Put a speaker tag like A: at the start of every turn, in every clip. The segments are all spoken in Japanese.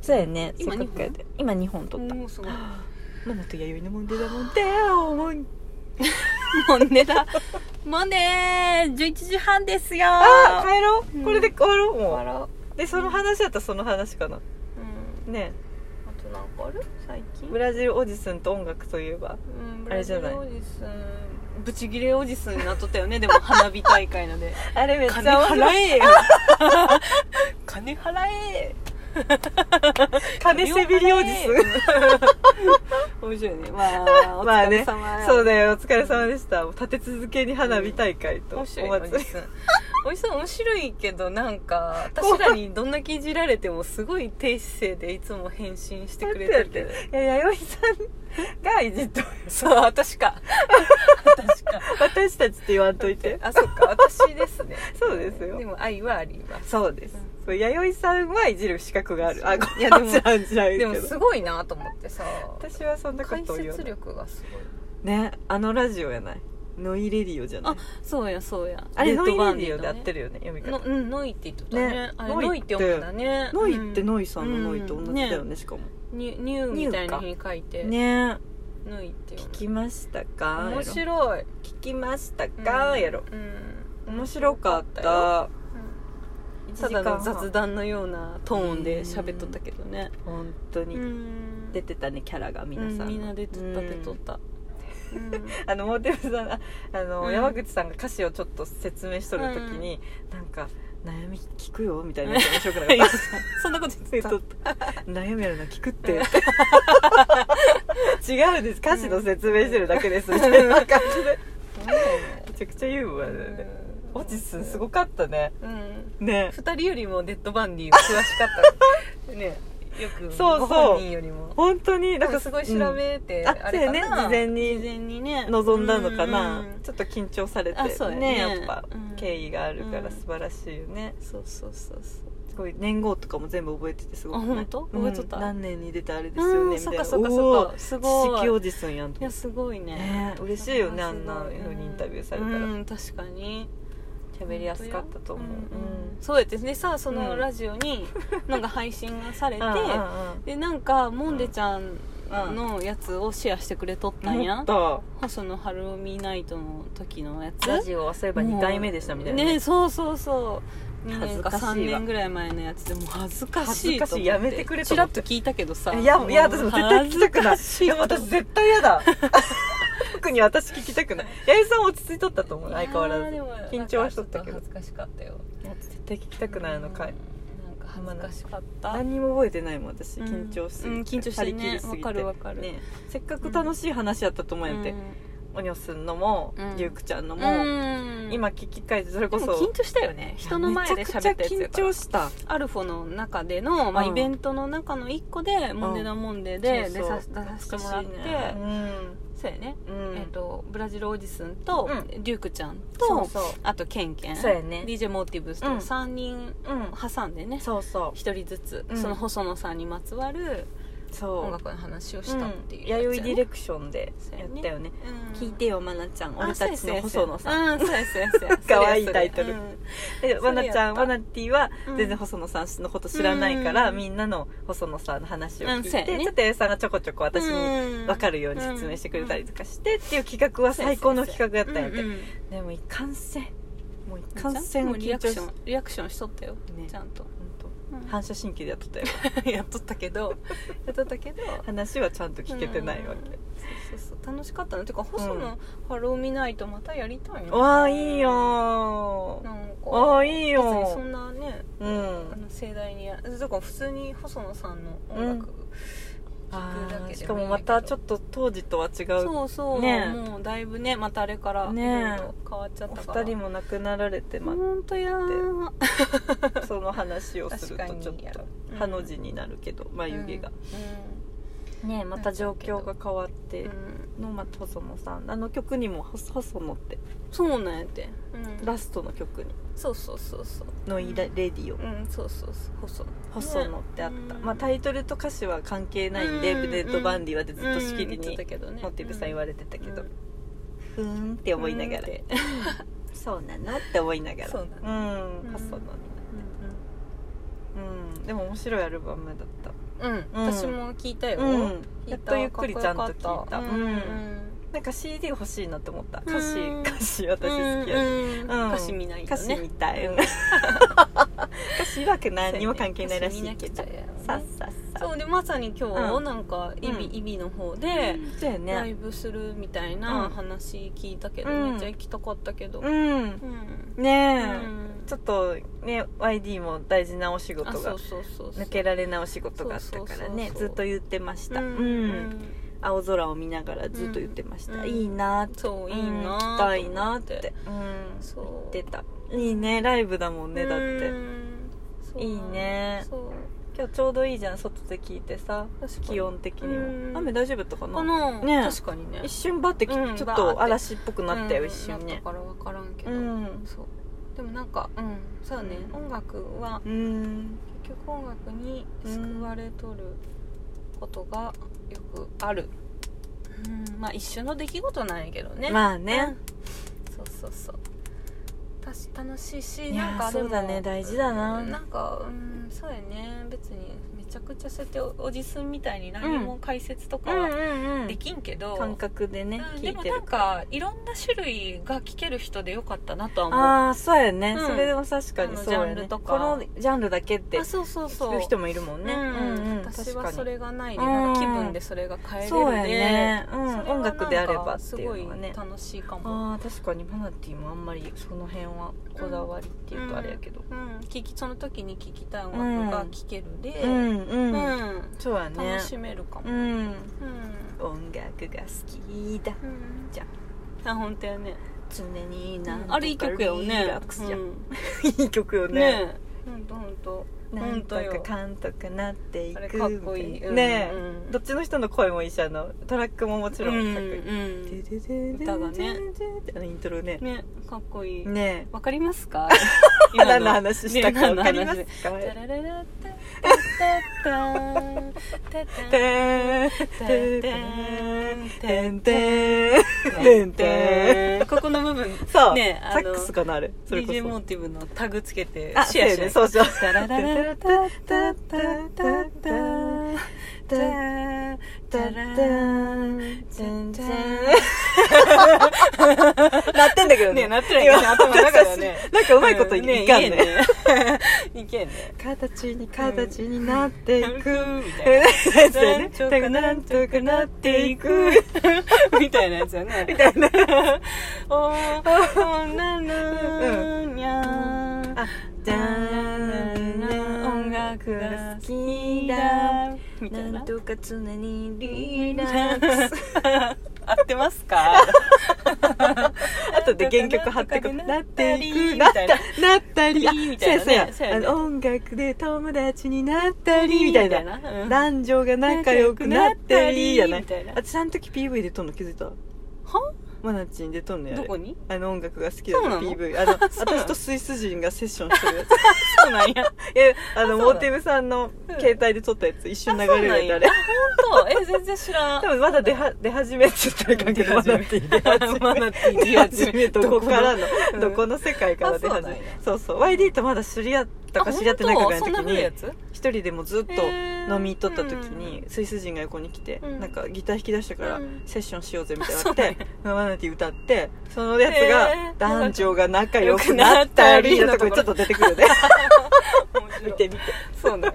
A: そうやねせっか
B: 今二本
A: くやで今2本取った
B: もうすごい
A: ママと弥生のもんでだもんだよもん
B: もうねだもうね11時半ですよ
A: あ帰ろ
B: う
A: うんこれで終わろう
B: 終
A: も
B: わろ
A: うでその話やったらその話かな
B: ううん
A: ね
B: あとなんかある最近
A: ブラジルおじさんと音楽といえば
B: うん
A: あ
B: ブラ
A: れ
B: ジ
A: じゃ
B: ル
A: ない
B: おじさんブチギレおじさんになっとったよねで も花火大会ので
A: あれめっち
B: 金
A: ゃ面
B: 払
A: 白い
B: えよ 金払え
A: 金せびりおじ
B: 金を払
A: す
B: え面白いねまあお
A: まあ
B: 疲
A: ね
B: れ様や
A: そうだよお疲れ様でした立て続けに花火大会とお
B: 面白い
A: 祭り
B: おじさん面白いけどなんか私らにどんだけいじられてもすごい低姿勢でいつも返信してくれてるけど
A: いや弥生さんがいじっとる
B: そう 私か 私か
A: 私たちって言わんといて
B: あそっか私ですね
A: そうですよ
B: でも愛はあります
A: そうです
B: う
A: そう弥生さんはいじる資格があるあ
B: そう
A: ご
B: い
A: い
B: や
A: や
B: で
A: で
B: も
A: も知らん知らんけ
B: でも
A: ど
B: すごいなと思ってさ
A: 私はそんなこ
B: 解
A: とを言わ
B: 説
A: ない
B: 力がすごい
A: ねあのラジオやないノイレディオじゃない
B: そうやそうや
A: あれノイレディオで
B: だ
A: 合ってるよね読み
B: の
A: 方
B: うんノイって言っとったね
A: ね
B: あれノ
A: ノ
B: イ
A: イ
B: っ
A: ってて
B: 読むんだね
A: ノイって
B: うん
A: ノイさんのノイと同じだよねしかも
B: ニュニューみたいな日に書いて
A: ね
B: ノイって
A: 聞
B: 読
A: きましたか
B: む面
A: や
B: 白い
A: ろ聞きましたかやろ
B: うん
A: 面白かった
B: ただの雑
A: 談
B: 談のようなトーンで喋っとったけどね
A: 本当
B: う
A: に
B: ん
A: 出てたねキャラが皆さん
B: うんみんな出とった
A: うん
B: 出とった
A: あのモーテルさんああの、
B: うん
A: 山口さんが歌詞をちょっと説明しとる時に、なんか「悩み聞くよ」みたいなやつ面白くなかっ
B: そんなこと 言ったて
A: 悩みあるな聞くって」 違うんです歌詞の説明してるだけ です」みたいな感じでめちゃくちゃユーモアだよねオチスすごかったね
B: うん
A: ね
B: 二人よりもデッドバンディ詳しか ったねねよく
A: そうそう
B: ご本人よりも
A: 本当に な
B: な
A: んん
B: か
A: か
B: すごい調、べて、
A: うん
B: あれかな
A: あそうやね事前に
B: 事前にね
A: うん望んだのかな、
B: うん
A: ちょっと緊張されて
B: あそうやね
A: やっぱ、
B: うん
A: 敬意があるか
B: う
A: ら
B: ん
A: 素晴らしいよね、
B: そうそうそうそう
A: すごい年号とかも全部覚えててすごくない
B: あ本当覚えとった
A: うん何年に出たあれですよねみた
B: そ
A: い
B: っ
A: な
B: かそっか
A: お
B: そっ
A: ー
B: かすご
A: 知
B: い
A: 識おじさんやんと思
B: いや
A: って
B: すごいね
A: ねえ嬉しいよね
B: そ
A: あ
B: れ
A: ん
B: はすごい
A: なふうにインタビューされたら
B: うん確かに
A: 喋りやすかったと思う、
B: 本当や
A: うん
B: うんそうやってでさそうの
A: ん
B: ラジオになんか配信がされて、
A: うんうん
B: でなんかもんでちゃんのやつをシェアしてくれとったんや、
A: もっと
B: 細野晴臣ナイトの時のやつ
A: ラジオはそういえば2回目でしたみたいな
B: ねそうそうそう2
A: 恥
B: 年
A: ず
B: か
A: かしいわ
B: 3年ぐらい前のやつでもう恥ずかしいと思って
A: 恥ずかしいやめてくれと
B: チ
A: 思
B: ラッ
A: って
B: と聞いたけどさ
A: いやいや私も絶対聞きたくない
B: 恥ずかしい
A: でも私絶対嫌だ 特に私聞きたくない八重さんは落ち着いとったと思う相変わらず
B: いやーでも
A: 緊張はしとったけど
B: なんかちょっと恥ずかしかったよ
A: いや絶対聞きたくないあの回
B: うんなんか恥ずかしかった
A: 何にも覚えてないもん私
B: うん
A: 緊張しすぎて、
B: うん緊張し
A: 張
B: てね
A: り切りすぎて
B: わかるわかる
A: ね、せっかく楽しい話やったと思うやんて、おにょすんのも、
B: うん
A: ゆうくちゃんの
B: うん
A: も、
B: うん
A: 今聞き返してそれこ
B: でも緊
A: そ
B: 張したよね人の前で喋ったやつ
A: めち
B: や
A: ゃく
B: か
A: ちゃ緊
B: ら
A: 張した
B: アルフォの中での、まあ、
A: うん
B: イベントの中の一個で「モンデナモンデで」で
A: そうそう
B: さ出させてもらって、そうやね、
A: うん、うん
B: えっとブラジルおじすんと、
A: う
B: リュークちゃんと
A: そうそう
B: あとケンケン
A: そうやね
B: DJ モーティブスと
A: うん
B: 3人
A: う
B: 挟んでね
A: んそうそ
B: 一人ずつ、
A: うん
B: その細野さんにまつわる
A: うそう
B: 音楽の話をしたっていうやつや
A: 弥
B: ね、
A: 生ディレクションでやったよね
B: うん
A: 聞いてよまなちゃん
B: あ
A: 俺たちの細野さん
B: そうやそうやそうや うんそうやそうやそうや
A: 可愛いタイトル
B: うん
A: でわなち
B: それや
A: ゃ
B: っ
A: ん
B: た
A: わなティは
B: うん
A: 全然細野さんのこと知らないから、
B: うん
A: みんなの細野さんの話を聞い
B: うんそうや
A: て、
B: ね
A: ちょっと江さんがちょこちょこ私に分かるように説明してくれたりとかして、っていう企画は最高の企画やったんやって、
B: うんうん
A: でもいかんせんもういか
B: 完
A: んせ
B: 全
A: ん
B: リア
A: 緊張
B: クシ
A: し
B: ョンリアクションしとったよ、
A: ね
B: ちゃんと、
A: ほんと反射神 経でやっとったよ
B: やっとったけど やっとった けど
A: 話はちゃんと聞けてないわけ、
B: そうそうそう楽しかったなてか細野晴臣ナイトまたやりたいな
A: わあいいよ
B: なんか
A: あいいよ
B: 別にそんなね
A: うん
B: あの盛大にやだから普通に細野さんの音楽、聞くだけでもいいんやけど
A: しかもまたちょっと当時とは違う
B: そうそう、
A: ね
B: もうだいぶねまたあれから
A: ね
B: いろいろ変わっちゃっ
A: お
B: たから
A: 二人も亡くなられて、ま
B: 本当やー
A: あ、 その話をすると
B: 確
A: ち
B: か
A: ょっ
B: にやろ
A: と
B: うん
A: ハの字になるけど眉毛が、ねま
B: た
A: た
B: 状
A: 状
B: 況
A: 況
B: が
A: が変わっ
B: うん、う
A: て
B: ん
A: の、まあ、細野さんあの曲にも細細野って
B: そうなんやて、うん、
A: ラストの曲に
B: そうそうそうそう
A: のイラレディオ
B: うんそうそうそう細野
A: 細野ってあった、
B: ね
A: まあ、タイトルと歌詞は関係ないんで「
B: うん
A: デッド・バンディは」でずっとしき
B: うん
A: り
B: 言っ
A: に
B: てたけどね
A: モテブさん言われてたけど、
B: うん
A: ふーんって思いな がら、
B: うんって
A: そうなのって思いながら
B: そうな
A: のうん
B: うん
A: 細野に
B: うん
A: うんでも面白いアルバムだった
B: うん、私も聞いたよ、
A: うん
B: 聞いた
A: やっとゆっくりちゃんと聞いた
B: かっこよかった
A: うん
B: うん
A: なんか CD 欲しいなって思った
B: ん
A: 歌詞歌詞私好きやね
B: うん
A: うん
B: 歌詞見ないとね
A: 歌詞見たい
B: うん
A: 歌詞は何にも関係ないらしいけど
B: そうやね
A: さっさっさ
B: そうでまさに今日、
A: うん
B: なんかイビ,、
A: うん
B: イビの方で、
A: そうや
B: ラ
A: ね
B: イブするみたいな
A: うん
B: 話聞いたけど、
A: うん
B: めっちゃ行きたかったけど、
A: うん
B: うん
A: ねえ、
B: うん
A: ちょっとね YD も大事なお仕
B: あ
A: 事
B: そ
A: が
B: うそうそうそう
A: 抜けられないお仕事があったからね
B: そうそうそうそう
A: ずっと言ってました、
B: う
A: うん
B: ん、うん
A: 青空を見ながらずっと言ってました、
B: うん
A: いいなって
B: そういい
A: うん
B: な
A: 行
B: ぁ
A: きたいなって、
B: そう
A: 言ってたいいねライブだもんねだっ
B: う
A: て
B: んそう
A: いいね
B: そう
A: 今日ちょうどいいじゃん外で聞いてさ
B: 確かに
A: 気温的に
B: うん
A: も雨大丈夫だったか
B: こ
A: な
B: の、
A: ね
B: 確かにね
A: 一瞬バってき、
B: うん
A: ちょ
B: バ
A: っ
B: ーっ
A: と
B: て
A: 嵐っぽくなったよ、
B: うん
A: 一瞬
B: なっ
A: ね
B: たから分からんけ
A: う
B: ど、
A: ん
B: そうでもなんかうんそうね、
A: うん
B: 音楽は
A: うん
B: 結局音楽に救われとることがよくある、うん、まあ一瞬の出来事なんやけどね
A: まあね、
B: そうそうそうたし楽しいし
A: いやー
B: なんかで
A: そ
B: も
A: うだね大事だな
B: なんかうんそうやね別にめちゃくちゃそうやっておじすんみたいに何も解説とか
A: うん
B: は
A: うんうん
B: できんけど、
A: 感覚でね、
B: うん
A: 聞
B: で
A: い
B: も
A: て
B: な
A: る
B: んかいろんな種類が聞ける人でよかったなとは思う
A: ああそうやね、
B: うん
A: それでも確かにそうや
B: あのジャン
A: ね
B: ルとか
A: このジャンルだけって
B: あそうそう
A: 聞
B: そう
A: く人もいるもんね、
B: うん
A: うんうん
B: 私
A: 確か
B: は
A: に
B: それがないで、
A: うん
B: なんか気分でそれが変えれるで
A: そうやね、う
B: それは
A: ん、
B: なんか
A: 音楽であればっていうのはね
B: すごい楽しいかも、
A: ああ確かにマナティーもあんまりその辺はこだわりっていう
B: うん
A: とあれやけど
B: うん、聞きその時に聴きたい音楽が聴けるで、
A: うんうん、
B: うん
A: そうやね
B: 楽しめるかも
A: う、ん
B: うん
A: 音楽が好きだ
B: うん
A: じゃ
B: あ本当やね
A: 常になんとか
B: あれいい曲やよ
A: リ
B: ね
A: ラックスじゃん、
B: う
A: いい曲よ
B: ん、
A: ね
B: ねえほんとほんと
A: なんと
B: ほんと
A: か
B: よ
A: かんとかなっていく
B: あれかっこいい、うん
A: ねえ、
B: うん
A: どっちの人の声もいいしあのトラックももちろんかっこいい、
B: うん歌がね
A: あのイントロね
B: うん、ねかっこいいわ、
A: ね
B: かりますか
A: え何の話したか分かります
B: ね
A: か
B: 何の話タラララタタタタタタ
A: てんてんてんてんてんてん
B: ここの部分
A: そう
B: ねあ
A: サ
B: の
A: ックスかなあれそれこ
B: DJ
A: そ
B: モーティブのタグつけて
A: あ
B: シェアし
A: そうや
B: て
A: ねそうしよう
B: タラララタタタタタタタラ
A: なってんだけど
B: ね
A: ね
B: なってるよね
A: 今
B: 頭の中ではね
A: なんかうまいこといかん
B: う
A: ね
B: んいけんね
A: 形に形になってい
B: 行
A: く
B: くみたい
A: なんと
B: な
A: ねなんとかなっていく
B: な みたいなやつやねみたいな おーなのにゃー
A: あじゃん音楽が好きだ
B: みたい
A: な
B: なん
A: とか常にリラックス
B: 合ってますか
A: あとで原曲貼ってくなっていくな
B: なっ
A: ったた
B: り
A: なったりあ
B: みたいなね
A: そうやそ
B: そううや
A: や
B: ね
A: あの音楽で友達になったりみたいな
B: みたいなうん
A: 男女が仲良くなったりやない
B: みたいな
A: 私あの時 PV で撮んの気づいた
B: は
A: マナチンで撮んのや
B: ど
A: れ
B: こに
A: あの音楽が好きだっ
B: そう
A: た
B: なの
A: PV あの
B: そうなの
A: 私とスイス人がセッションしてるや つ
B: そうなんや
A: いやあの
B: あそうなの
A: モーテムさんの携帯で撮ったやつ一瞬流れるやつあれ
B: 本当え全然知 らん
A: 多分まだ出は出始めって言ったらいかんけどマナティー出始 め
B: マナティー出始め
A: どこからの
B: うん
A: どこの世界から出始
B: あそうなん
A: め
B: や
A: そうそう YD とまだ知り合ったか知り合ってないかぐらいの時
B: あ本当そんな古いや
A: に
B: つ
A: 一人でもずっと
B: へー
A: 飲みとった時にスイス人が横に来て
B: うん
A: なんかギター弾き出したから
B: うん
A: セッションしようぜみたいに
B: そ
A: な
B: う
A: っ
B: なんや
A: てマナティー歌ってそのやつ
B: へ
A: が
B: ー
A: 男女が仲良くなったりのとこにちょっと出てくるね見
B: 見
A: て
B: て
A: 見て
B: そうなんや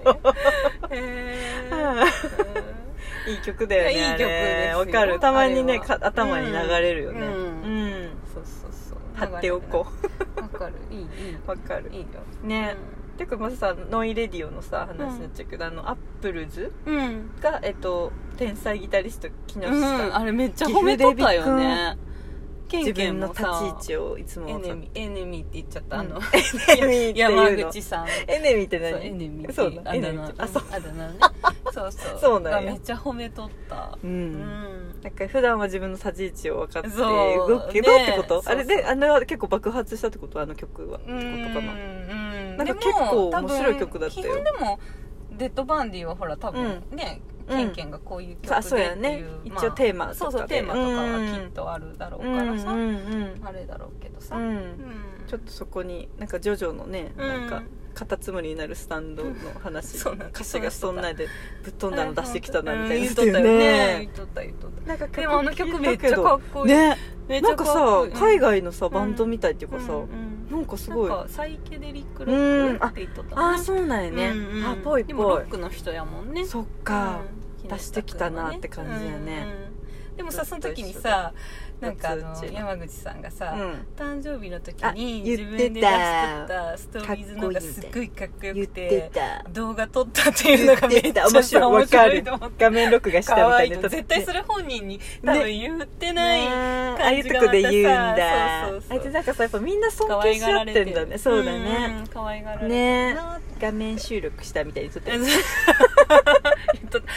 B: へ ー
A: いい曲だよね
B: いやいい
A: あれ
B: 曲ですよ
A: わかるたまにね
B: あれは
A: か頭に流れるよね
B: うん
A: うん
B: そうそうそう
A: 貼っておこ
B: うわかるいいいいう
A: わかる
B: いいよ
A: ねてかまずさノイレディオのさ話になっちゃうけど、あのアップルズ
B: うん
A: がえっと天才ギタリスト木下、
B: うん、あれめっちゃ褒めとったよねケ
A: 自
B: ンケ
A: 分
B: ン
A: の
B: も
A: 立
B: さ
A: ち位置をいつも
B: エネミーエネミーって言っちゃったあの、
A: うんエネミーっていうの
B: 山口さん
A: エネミーって
B: そう
A: 何
B: エネミー
A: そう
B: あ
A: なエネ
B: だ
A: ミー
B: 名
A: ってあそう
B: あだ 名ねそうそう
A: そうなんや
B: がめっちゃ褒めとった
A: う、
B: うんん
A: なんか普段は自分の立ち位置を分かって
B: そう
A: 動くけど
B: ね
A: ってこと、あれ
B: そう
A: で
B: そう
A: あれは結構爆発したってことあの曲はって
B: うん
A: ことかな
B: うん
A: なんか
B: でも
A: 結構
B: 多分
A: 面白い曲だったよ
B: 基本でもデッドバンディはほら多分ね、
A: うん
B: ケンケンがこういう曲で
A: あ
B: って
A: そう
B: いう
A: やね
B: まあ
A: 一応テーマとかで
B: そうそうテーマとかはきっとあるだろう
A: うん
B: か
A: うん
B: らさ、
A: うん
B: あれだろうけどさ、
A: う
B: うん
A: んちょっとそこになんかジョジョのね、
B: うん
A: なんかカタツムリになるスタンドの話
B: そうなん
A: 歌詞がそんなでぶっ飛んだ
B: だ
A: の出してきたなみたいな
B: 言っとったよね言っとった言っとっ
A: なんか
B: たでもあの曲めっちゃかっこいい、
A: ね
B: めっち
A: な
B: ゃ
A: んか
B: っ
A: さ
B: こいい
A: 海外のさバンドみたいっていう
B: う
A: か
B: ん
A: さ
B: うんうん
A: なんかす
B: な
A: ご
B: ん
A: い
B: かサイケデリックロックって言っとった
A: ああそうなんやね、
B: うんうん
A: あぽい
B: でも
A: ぽ
B: ロックの人やもんね
A: いそっ
B: っ
A: か、出してきたなって感じやね
B: でもさその時にさ
A: ずっ
B: なん
A: と一緒
B: かあの
A: どっち
B: 山口さんが
A: う
B: さ、
A: ん
B: 誕生日の時
A: あ
B: に
A: 言
B: 自
A: ってた
B: 分で出しとったストーリーズのがすっごいかっこよ
A: 言っ
B: く
A: て
B: て
A: た
B: 動画撮ったっていうのがめっちゃ
A: 面
B: 面
A: 白い
B: 白
A: わかる
B: いと思って
A: 画面録画したみ
B: 可
A: た
B: 愛い
A: いな
B: の絶対それ本人に多分言ってな、
A: ないああいうとこで言うんだ
B: そうそうそう
A: あいつなんかさやっぱみんな
B: 可
A: 尊敬
B: 愛
A: し
B: が
A: 合
B: ら
A: っ
B: れ
A: て
B: て
A: ん
B: る
A: だねそうだね、
B: うん可愛がられてる
A: ね
B: な
A: 画面収録したみたいにちょっと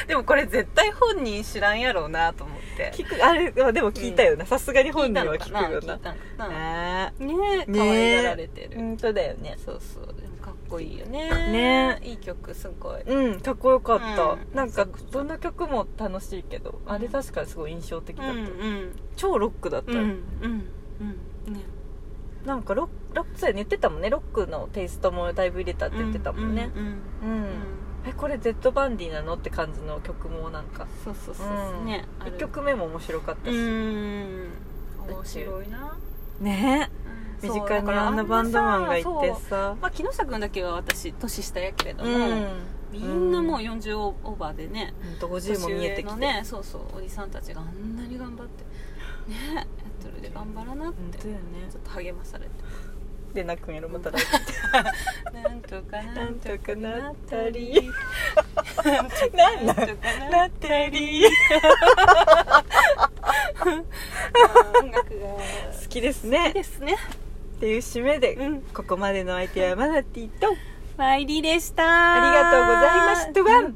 B: でもこれ絶対本人知らんやろうなと思って
A: 聞くあれあでも聞いたよなさすがに本人は聞くよ
B: 聞い
A: な
B: たのかな
A: あ
B: ねえ
A: ね
B: 可愛がられて
A: ー
B: る、
A: 本当だよね
B: そうそうでもかっこいいよね
A: ね
B: いい曲すごい
A: うんかっこよかった、
B: うん
A: なんか
B: そうそう
A: どんな曲も楽しいけどあれ確かにすごい印象的
B: う
A: だ
B: ん
A: った、
B: うん
A: 超ロックだった
B: うんう
A: よ、
B: んうんね
A: なんかロックロックそうやね言ってたもんねロックのテイストもだいぶ入れたって言ってたもんね
B: うんうん
A: うん、
B: うん
A: えこれ Z バンディなのって感じの曲もなんか
B: そうそうそう
A: うん
B: ねあ
A: 1
B: る
A: 曲目も面白かった
B: う
A: し、
B: ん面白いな
A: ね身
B: そう
A: 近
B: だ
A: に
B: から
A: あんなバンドマンがい
B: あん
A: て
B: なさ
A: さ
B: まあ木下君だけは私年下やけれど
A: う
B: も、
A: ん
B: みんなもう40オーバーでね、
A: ほんと50も見えてき
B: 年上の
A: て、
B: ねそうそうおじさんたちがあんなに頑張ってねやっとるで頑張らな
A: 本
B: って
A: 当
B: ち
A: よね
B: ょっと励まされて
A: で泣くんやろまた
B: なんとかなんとかなったり
A: なんな
B: な
A: ん
B: とか
A: ん
B: な
A: な
B: っ
A: ったり好
B: た音楽が好
A: きですね
B: きですね
A: っていう締めで、
B: うん
A: ここまでのお相手はマナティと
B: マイリーでした
A: ありがとうございましたワン